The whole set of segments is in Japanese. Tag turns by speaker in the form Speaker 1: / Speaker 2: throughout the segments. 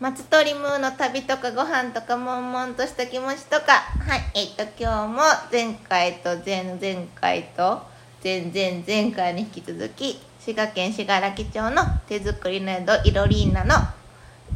Speaker 1: 松鳥ムーの旅とかご飯とか悶々とした気持ちとかはいえっと今日も前回と前々回と前々前回に引き続き滋賀県信楽町の手作りの宿いろりーナの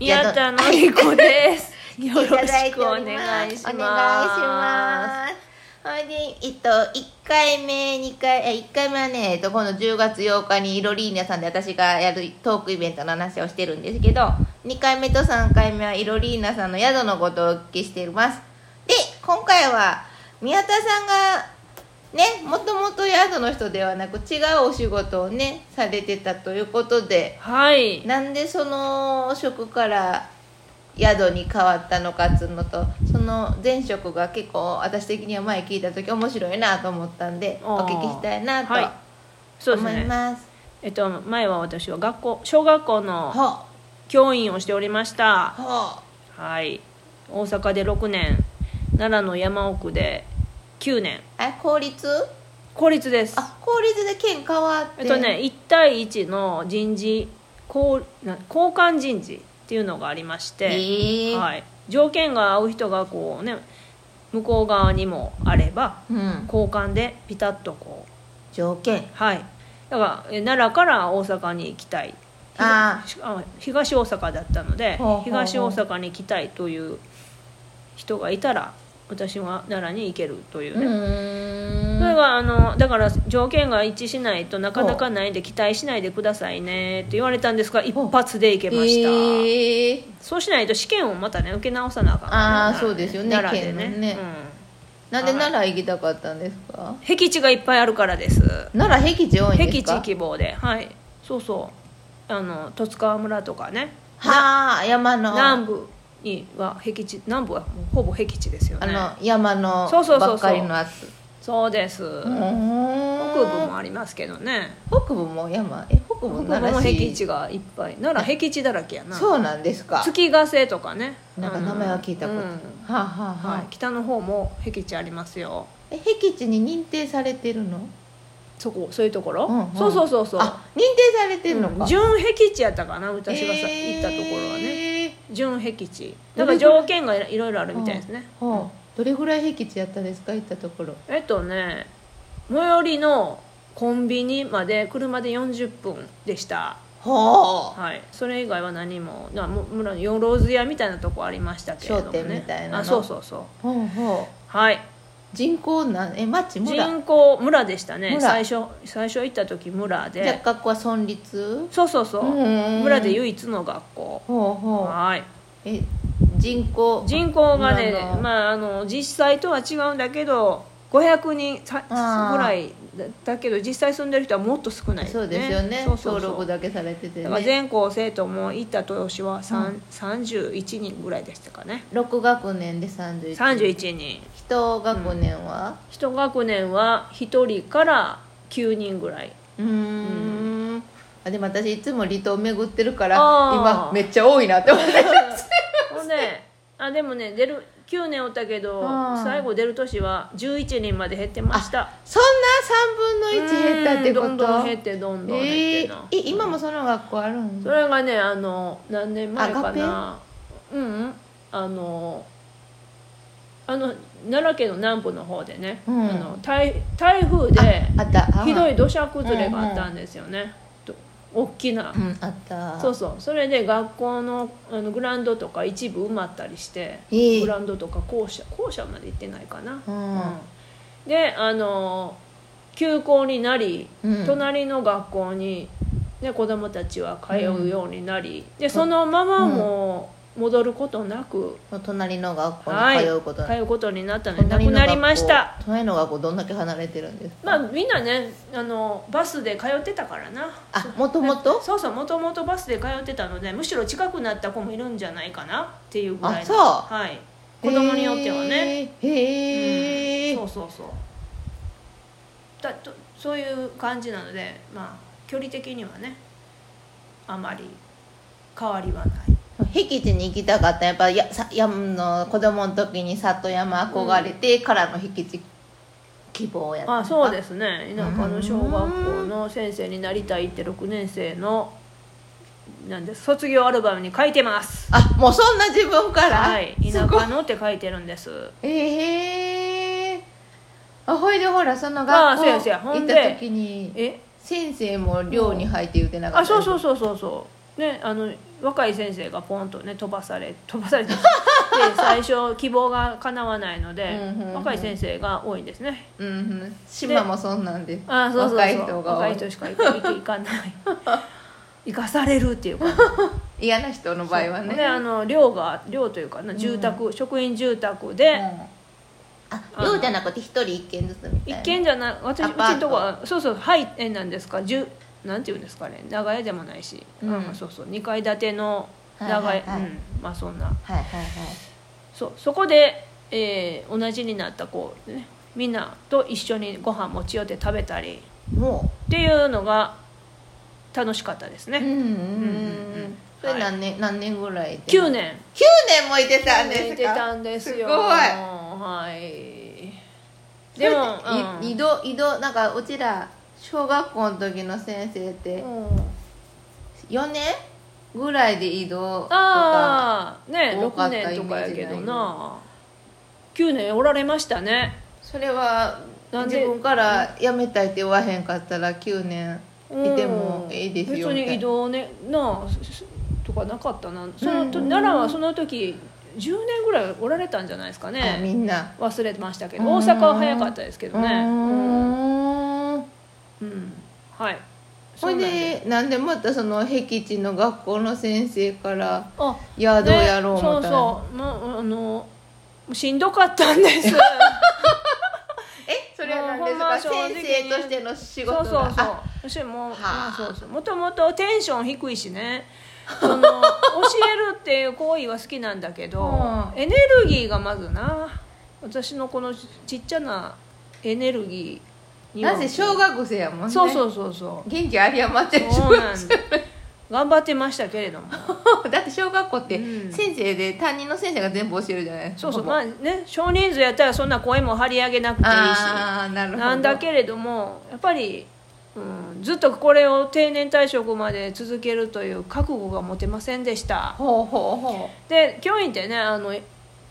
Speaker 2: いやたのりこ です。よろしくお願いします。
Speaker 1: お願いしますそれで、えっと、1回目、2回、え、1回目はね、えっと、今度10月8日にいろりーニャさんで私がやるトークイベントの話をしてるんですけど、2回目と3回目はいろりーナさんの宿のことをお聞きしています。で、今回は、宮田さんが、ね、もともと宿の人ではなく違うお仕事をね、されてたということで、
Speaker 2: はい。
Speaker 1: なんでその職から宿に変わったのかっつうのとその前職が結構私的には前聞いた時面白いなと思ったんでお
Speaker 2: あー
Speaker 1: 聞きしたいな
Speaker 2: はい
Speaker 1: と
Speaker 2: そうです
Speaker 1: 思い
Speaker 2: ね。
Speaker 1: ます。
Speaker 2: えっと前は私は学校小学校の
Speaker 1: ほう
Speaker 2: 教員をしておりました。
Speaker 1: ほ
Speaker 2: はい。大阪で6年、奈良の山奥で9年。
Speaker 1: うえ公立
Speaker 2: 公立です。
Speaker 1: あ公立で県変わって
Speaker 2: えっとね、1対1の人事交な交換人事っていうのがありまして。
Speaker 1: えー
Speaker 2: はい、条件が合う人がこうね向こう側にもあれば
Speaker 1: うん、
Speaker 2: 交換でピタッとこう
Speaker 1: 条件
Speaker 2: はいだからえ奈良から大阪に行きたいひ
Speaker 1: あー
Speaker 2: しあ東大阪だったので
Speaker 1: ほうほうほう
Speaker 2: 東大阪に行きたいという人がいたら私は奈良に行けるという
Speaker 1: う
Speaker 2: ね、
Speaker 1: ーん
Speaker 2: それがあのだから条件が一致しないとなかなかないんで期待しないでくださいねって言われたんですが一発で行けました、
Speaker 1: えー
Speaker 2: そうしないと試験をまたね受け直さなあかんから
Speaker 1: あーそうですよね
Speaker 2: 奈良でね
Speaker 1: 県のねなんで奈良行きたかったんですか
Speaker 2: うん、僻地がいっぱいあるからです
Speaker 1: 奈良僻地多いんで
Speaker 2: 僻
Speaker 1: すか
Speaker 2: 地希望ではいそうそうあの十津川村とかね
Speaker 1: はあ山の
Speaker 2: 南部には僻地南部はもうほぼ僻地ですよ
Speaker 1: あ
Speaker 2: ね
Speaker 1: の山の
Speaker 2: そうそうそうそう
Speaker 1: ばっかりのやつ
Speaker 2: そうです、北部も
Speaker 1: も
Speaker 2: ありますけどね
Speaker 1: 北部も山え北部
Speaker 2: 北部
Speaker 1: も
Speaker 2: も
Speaker 1: 奈良
Speaker 2: 僻
Speaker 1: 市
Speaker 2: 地がいっぱい奈良僻地だらけやな
Speaker 1: そうなんですか
Speaker 2: 月ヶ瀬とかね
Speaker 1: なんか名前は聞いたこと、
Speaker 2: うん
Speaker 1: はあ、はあは
Speaker 2: はい
Speaker 1: あ、
Speaker 2: 北の方も僻地ありますよ
Speaker 1: え僻地に認定されてるの
Speaker 2: そこそういうところ、
Speaker 1: うんうん
Speaker 2: そうそうそうそう
Speaker 1: あ認定されてるのか、
Speaker 2: 純僻地やったかな私がさ、行ったところはね
Speaker 1: ね
Speaker 2: 純僻地
Speaker 1: ど
Speaker 2: だ
Speaker 1: れぐ
Speaker 2: か
Speaker 1: い
Speaker 2: らら条件がいろいろあるみたいですね、
Speaker 1: はあ、どれぐらい僻地やったですか行ったところ
Speaker 2: えっとね最寄りのコンビニまで車で40分でした
Speaker 1: はあ
Speaker 2: はいそれ以外は何もなむ村のよろず屋みたいなとこありましたけれども、ね、
Speaker 1: 商店みたいなの
Speaker 2: あそうそうそう
Speaker 1: ほうほう
Speaker 2: はい
Speaker 1: 人口なんえ町村
Speaker 2: 人口村でしたね
Speaker 1: 村
Speaker 2: 最初最初行った時村
Speaker 1: じゃあ
Speaker 2: で
Speaker 1: 学校は村立
Speaker 2: そうそうそう
Speaker 1: うん
Speaker 2: 村で唯一の学校
Speaker 1: ほうほう
Speaker 2: はい
Speaker 1: え人口
Speaker 2: 人口がね
Speaker 1: まあまあ
Speaker 2: まあ、あの実際とは違うんだけど500人さ
Speaker 1: あー
Speaker 2: ぐらいだだけど実際住んでる人はもっと少ない、
Speaker 1: そうですよね
Speaker 2: そうそう
Speaker 1: 登
Speaker 2: そう
Speaker 1: 録
Speaker 2: だ
Speaker 1: だけされてて
Speaker 2: から
Speaker 1: ね
Speaker 2: 全校生徒も行った年は、
Speaker 1: う
Speaker 2: 三31人ぐらいでしたかね
Speaker 1: 6学年で31
Speaker 2: 31人
Speaker 1: 一学年は
Speaker 2: 一学年は1人から9人ぐらい
Speaker 1: うんんあでも私いつも離島巡ってるから
Speaker 2: あー
Speaker 1: 今めっちゃ多いなって思って
Speaker 2: ほんであでもね出る9年おったけど
Speaker 1: あー
Speaker 2: 最後出る年は11人まで減ってました
Speaker 1: そんな3分の1減ったってこ
Speaker 2: う
Speaker 1: と
Speaker 2: んどんどん減ってどんどん減って
Speaker 1: え
Speaker 2: な、
Speaker 1: ーえ今もその学校あるん
Speaker 2: それがねあの何年前か
Speaker 1: あ
Speaker 2: なうんうんあのあの奈良県の南部の方でね、
Speaker 1: うん
Speaker 2: あの台台風で
Speaker 1: あったあ
Speaker 2: ひどい土砂崩れがあったんですよね、と大きな
Speaker 1: う、んあった
Speaker 2: そうそうそれで学校のあのグラウンドとか一部埋まったりして、
Speaker 1: えー
Speaker 2: グラウンドとか校舎校舎まで行ってないかな、
Speaker 1: うん
Speaker 2: であの休校になり、
Speaker 1: うん
Speaker 2: 隣の学校に、ね、子供たちは通うようになり、でそのままもう戻ることなく、
Speaker 1: 隣の学校
Speaker 2: は
Speaker 1: に
Speaker 2: い
Speaker 1: 通うことに
Speaker 2: 通うことになったのでな
Speaker 1: 隣の
Speaker 2: く
Speaker 1: 学校
Speaker 2: なりました
Speaker 1: 隣の学校どんだけ離れてるんですか
Speaker 2: まあみんなねあのバスで通ってたからな
Speaker 1: あもともと
Speaker 2: そうそうもともとバスで通ってたのでむしろ近くなった子もいるんじゃないかなっていうぐらいの
Speaker 1: あそう
Speaker 2: はい、子供によってはね、
Speaker 1: へえ
Speaker 2: うんそうそうそうだとそういう感じなのでまあ距離的にはねあまり変わりはない
Speaker 1: 僻地に行きたかったやっぱやさやの子供の時に里山憧れてからの僻地希望やったのか
Speaker 2: あそうですね田舎の小学校の先生になりたいって6年生のなんです卒業アルバムに書いてます
Speaker 1: あもうそんな自分から、
Speaker 2: はい
Speaker 1: す
Speaker 2: 田
Speaker 1: ごい
Speaker 2: 舎のって書いてるんです
Speaker 1: ええあほいでほらその
Speaker 2: あ
Speaker 1: 学校
Speaker 2: そうやそうやほ
Speaker 1: 行
Speaker 2: ん
Speaker 1: っ
Speaker 2: で
Speaker 1: た時に
Speaker 2: え
Speaker 1: 先生も寮に入って言ってなか
Speaker 2: あ
Speaker 1: った
Speaker 2: そう
Speaker 1: う
Speaker 2: そうそうそうそうねあの若い先生がポンとね飛ばされ飛ばされてで最初希望が叶わないので
Speaker 1: うんうんうん
Speaker 2: 若い先生が多いんですね
Speaker 1: うんうん島もそんなんで
Speaker 2: あそうそうそう
Speaker 1: 若い人が多
Speaker 2: 若
Speaker 1: い
Speaker 2: い人しか行く行く行かない 行かされるっていうか
Speaker 1: 嫌な人の場合はね
Speaker 2: あの寮が寮というかな住宅、職員住宅で、
Speaker 1: うんあ寮じゃなくて一人一軒ずつみたい
Speaker 2: 一
Speaker 1: な
Speaker 2: 軒じゃない私
Speaker 1: ア
Speaker 2: う
Speaker 1: パート
Speaker 2: ちのとこはそうそうはいえなんですか十なんていうんですかね長屋でもないし、
Speaker 1: う
Speaker 2: うんんそうそう2階建ての長
Speaker 1: はい
Speaker 2: 屋、
Speaker 1: はいはい
Speaker 2: うんまあそんな
Speaker 1: はいはいはい
Speaker 2: そうそこで、えー同じになった子、ね、みんなと一緒にご飯持ち寄って食べたり
Speaker 1: も
Speaker 2: っていうのが楽しかったです
Speaker 1: ううんう
Speaker 2: ね、
Speaker 1: んうん
Speaker 2: うんうんうん
Speaker 1: それ何年何年ぐらいで
Speaker 2: 9年
Speaker 1: 九年もいてたんですか
Speaker 2: いてたんですよ
Speaker 1: すごい
Speaker 2: はいでも、
Speaker 1: い移動移動なんかうちら小学校の時の先生って
Speaker 2: うんうん
Speaker 1: 四年ぐらいで移動とか
Speaker 2: ああね
Speaker 1: 多か
Speaker 2: 6
Speaker 1: った
Speaker 2: 年とかやけ
Speaker 1: イメー
Speaker 2: ど
Speaker 1: ジな
Speaker 2: な9年おられましたね
Speaker 1: それは
Speaker 2: なん
Speaker 1: 自
Speaker 2: で
Speaker 1: 分から辞めたいって言わへんかったら九年いてもいいですよ
Speaker 2: うん
Speaker 1: みたい
Speaker 2: 別に移
Speaker 1: な
Speaker 2: 動ねなあすすとかなかったなそ
Speaker 1: うんう
Speaker 2: の
Speaker 1: んうん
Speaker 2: と奈良はその時10年ぐらいおられたんじゃないですか
Speaker 1: あみ
Speaker 2: ね
Speaker 1: んな
Speaker 2: 忘れてましたけど
Speaker 1: うん
Speaker 2: 大阪は早かったですけ
Speaker 1: う
Speaker 2: どねうん
Speaker 1: ーん
Speaker 2: うんはい
Speaker 1: ほい
Speaker 2: そうなんす
Speaker 1: でなんでまたその僻地の学校の先生から
Speaker 2: あ
Speaker 1: 「いやどうやろう」
Speaker 2: ね
Speaker 1: みたいな、
Speaker 2: そうそうもうあのしんどかったんです
Speaker 1: えそれは何
Speaker 2: もう
Speaker 1: です
Speaker 2: ほんま
Speaker 1: か
Speaker 2: 正
Speaker 1: 先
Speaker 2: 直に
Speaker 1: 生としての仕事
Speaker 2: そう
Speaker 1: が
Speaker 2: そうそう
Speaker 1: あ
Speaker 2: 私も
Speaker 1: はあ
Speaker 2: まあそうそうもともとテンション低いし ねその教えるっていう行為は好きなんだけど、
Speaker 1: うん
Speaker 2: エネルギーがまずな私のこのちっちゃなエネルギーは
Speaker 1: なぜ小学生やもんね
Speaker 2: そうそうそ うそう
Speaker 1: 元気あり余ってるし
Speaker 2: そうなんだ頑張ってましたけ れども
Speaker 1: だって小学校って
Speaker 2: うん
Speaker 1: 先生で担任の先生が全部教えるじゃないですか
Speaker 2: そうそう
Speaker 1: ほぼ
Speaker 2: まあね少人数やったらそんな声も張り上げなくていいし
Speaker 1: ああなるほど
Speaker 2: なんだけれどもやっぱり、うん、ずっとこれを定年退職まで続けるという覚悟が持てませんでした
Speaker 1: ほうほうほ
Speaker 2: で教員ってねあの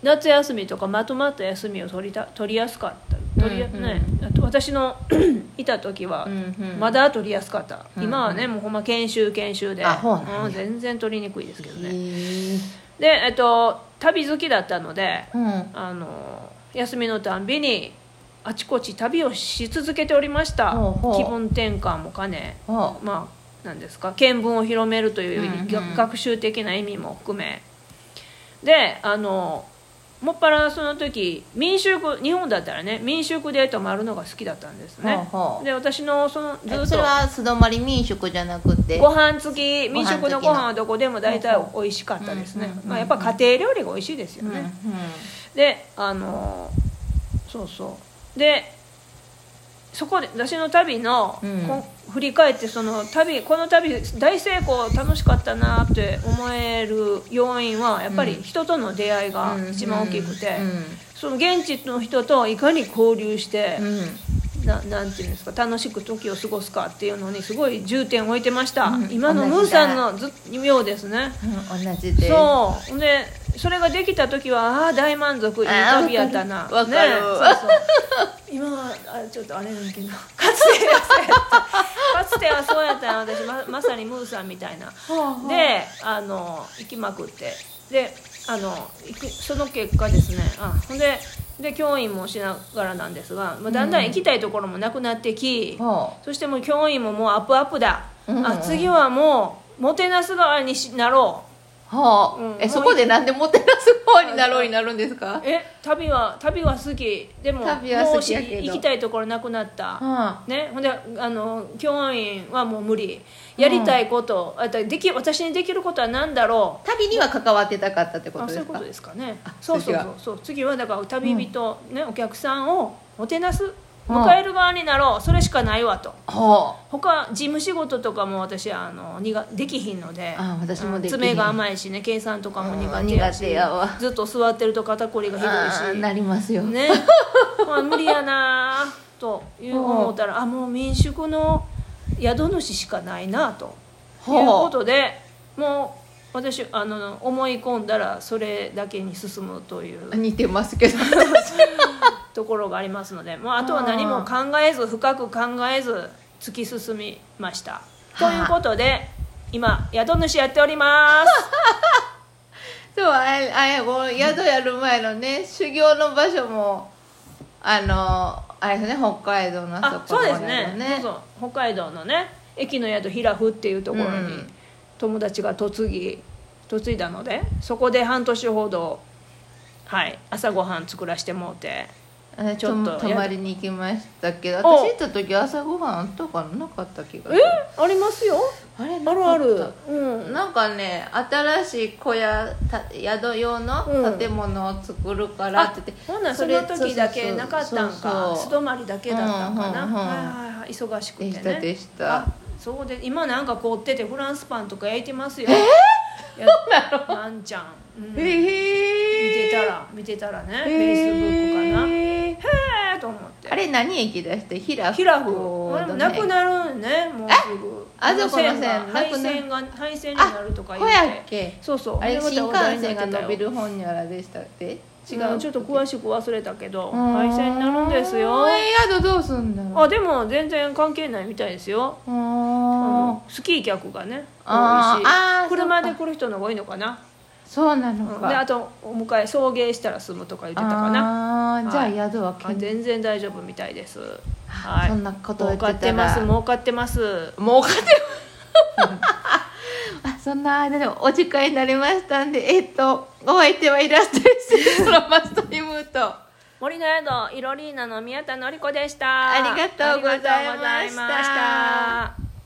Speaker 2: 夏休みとかまとまった休みを取りた取りやすかった取りや、
Speaker 1: うんうん
Speaker 2: ね、あと私の いた時は、
Speaker 1: う、うんうん
Speaker 2: まだ取りやすかった、
Speaker 1: うん
Speaker 2: 今はねもうほんま研修研修で
Speaker 1: あほうなんや
Speaker 2: ん全然取りにくいですけどね
Speaker 1: へえ
Speaker 2: でえっと旅好きだったので
Speaker 1: うん
Speaker 2: あの休みのたんびにあちこち旅をし続けておりました
Speaker 1: ほうほう
Speaker 2: 気分転換も兼ね
Speaker 1: ほ
Speaker 2: まあなんですか見聞を広めるという、
Speaker 1: うんうん
Speaker 2: 学学習的な意味も含めであのもっぱらその時民宿日本だったらね民宿で泊まるのが好きだったんです
Speaker 1: う
Speaker 2: ね、
Speaker 1: ほうほう
Speaker 2: で私のそのず
Speaker 1: え
Speaker 2: っ
Speaker 1: そ
Speaker 2: と
Speaker 1: れは素泊まり民宿じゃなくて
Speaker 2: ご飯付き
Speaker 1: ご飯
Speaker 2: 民
Speaker 1: 付きの
Speaker 2: 宿のご飯はどこでも大体
Speaker 1: ほうほ
Speaker 2: 美味しかったです
Speaker 1: う
Speaker 2: ね
Speaker 1: んうんうんうん
Speaker 2: まあやっぱ家庭料理が美味しいですよ
Speaker 1: うん
Speaker 2: ね、
Speaker 1: うん
Speaker 2: であのそうそうでそこで私の旅の、
Speaker 1: うん
Speaker 2: こ振り返ってその旅この旅大成功楽しかったなって思える要因はやっぱり
Speaker 1: うん
Speaker 2: 人との出会いが一番大きくて、
Speaker 1: うん
Speaker 2: その現地の人といかに交流して、
Speaker 1: うん
Speaker 2: ななんていうんですか楽しく時を過ごすかっていうのにすごい重点を置いてました、
Speaker 1: うん
Speaker 2: 今のムーさんのず妙ですね
Speaker 1: うん同じです
Speaker 2: そうほんでそれができた時はああ大満足いい
Speaker 1: あー
Speaker 2: 旅やったな
Speaker 1: わかる
Speaker 2: ね
Speaker 1: わかる
Speaker 2: そうそう今はあちょっとあれなんだけどかつてはそうやったかつてはそうやったな私ままさにムーさんみたいな
Speaker 1: ほうほう
Speaker 2: であの行きまくってであの行くその結果ですねあほんでで教員もしながらなんですが、まあ、だんだん行きたいところもなくなってき、
Speaker 1: ほ
Speaker 2: そしてもう教員ももうアップアップだ、
Speaker 1: うん
Speaker 2: あ次はもうもてなす側にしなろう
Speaker 1: うほう、
Speaker 2: うん
Speaker 1: えそこでなんでもてなす方になろうになるんですか
Speaker 2: え旅は旅は好きでも
Speaker 1: 旅は好きや
Speaker 2: も
Speaker 1: けど
Speaker 2: うし行きたいところなくなった、
Speaker 1: は
Speaker 2: ね、ほんであの教員はもう無理やりたいこと、あとでき私にできることは何だろ
Speaker 1: 旅には関わってたかったって
Speaker 2: う
Speaker 1: こ
Speaker 2: あ
Speaker 1: とで
Speaker 2: そうい
Speaker 1: す
Speaker 2: うこ
Speaker 1: か
Speaker 2: とですかね
Speaker 1: あ
Speaker 2: そうそう
Speaker 1: 次
Speaker 2: そ
Speaker 1: は
Speaker 2: うそう次はだから旅人、ね、お客さんをもてなす迎える側になろう、それしかないわと
Speaker 1: ほう
Speaker 2: 他事務仕事とかも私はあの苦できひんので
Speaker 1: あ私もできひん
Speaker 2: 爪が甘いしね計算とかも苦手やし、
Speaker 1: うん苦手やわ
Speaker 2: ずっと座ってると肩こりがひどい
Speaker 1: あー
Speaker 2: し
Speaker 1: なりますよ、
Speaker 2: ねまあ無理やなという思ったらあもう民宿の宿主しかないなという
Speaker 1: ほう
Speaker 2: ことでもう私あの思い込んだらそれだけに進むという
Speaker 1: 似てますけど
Speaker 2: ところがありますのでもうあとは何も考えず深く考えず突き進みましたということで今宿主やっております
Speaker 1: そうあれあれこう宿やる前のね、修行の場所もあのあれですね北海道の
Speaker 2: あ
Speaker 1: あそ
Speaker 2: そ
Speaker 1: こ
Speaker 2: う
Speaker 1: の
Speaker 2: で
Speaker 1: 宿
Speaker 2: すね
Speaker 1: ね
Speaker 2: そうそう北海道のね駅の宿平府っていうところ
Speaker 1: う
Speaker 2: に
Speaker 1: ん
Speaker 2: 友達が嫁ぎ嫁いだのでそこで半年ほどはい朝ごはん作らしてもうて
Speaker 1: あれ
Speaker 2: ちょっと
Speaker 1: と泊まりに行きましたけど
Speaker 2: お
Speaker 1: 私行った時朝ごはんあったかななかった気がす
Speaker 2: え
Speaker 1: る
Speaker 2: ありますよ
Speaker 1: あれ
Speaker 2: あ
Speaker 1: な
Speaker 2: る
Speaker 1: か
Speaker 2: あ
Speaker 1: った
Speaker 2: るうん
Speaker 1: なんかね新しい小屋た宿用の建物を作るからって言って、
Speaker 2: ほんならそ
Speaker 1: れ
Speaker 2: の時だけなかったん
Speaker 1: そう
Speaker 2: か
Speaker 1: そう
Speaker 2: 素泊まりだけだったんかな、
Speaker 1: うんうんうん
Speaker 2: はいはいはい忙しくてね
Speaker 1: でしたでした
Speaker 2: あそうで今なんか凍っててフランスパンとか焼いてますよえななんちゃん、うん
Speaker 1: え
Speaker 2: 見て
Speaker 1: え
Speaker 2: たら見てたらね
Speaker 1: フ
Speaker 2: フェイスブックかなへ
Speaker 1: ックか
Speaker 2: えと思って
Speaker 1: あれ何駅出して平
Speaker 2: ひらふ
Speaker 1: を
Speaker 2: あれもなくなるんねもうすぐ
Speaker 1: あそこの線
Speaker 2: が
Speaker 1: な
Speaker 2: 廃
Speaker 1: くな
Speaker 2: 線が廃線になるとか
Speaker 1: あこ
Speaker 2: 言う
Speaker 1: やってけ
Speaker 2: そうそう
Speaker 1: あれ
Speaker 2: でまた
Speaker 1: 新
Speaker 2: 話題
Speaker 1: 幹線
Speaker 2: になって
Speaker 1: が
Speaker 2: たよ
Speaker 1: 伸びる本にあらでしたって違う、
Speaker 2: うんちょっと詳しく忘れたけど
Speaker 1: うん
Speaker 2: 廃線になるんですよ
Speaker 1: えー宿どうすんだろう
Speaker 2: あでも全然関係ないみたいですよ
Speaker 1: あ
Speaker 2: あ
Speaker 1: ー
Speaker 2: のスキー客がね
Speaker 1: あー
Speaker 2: 多い
Speaker 1: あー
Speaker 2: し車
Speaker 1: そ
Speaker 2: で
Speaker 1: っ
Speaker 2: 来る人の方が多いのかな
Speaker 1: そうな
Speaker 2: う
Speaker 1: の
Speaker 2: んで
Speaker 1: か、
Speaker 2: あとお迎え送迎したら済むとか言ってたかな
Speaker 1: あーじゃあ宿は
Speaker 2: あ
Speaker 1: 健
Speaker 2: 全然大丈夫みたいです
Speaker 1: あ
Speaker 2: はい
Speaker 1: そんなこと言
Speaker 2: 儲
Speaker 1: ってた
Speaker 2: からってます儲かってます
Speaker 1: もう勝てあそんな間でもお時間になりましたんでえっとお相手はイラストレッスンのマストリムート
Speaker 2: 森の宿いろりーナの宮田のり子でした
Speaker 1: ありがとうございました
Speaker 2: ありがとうございました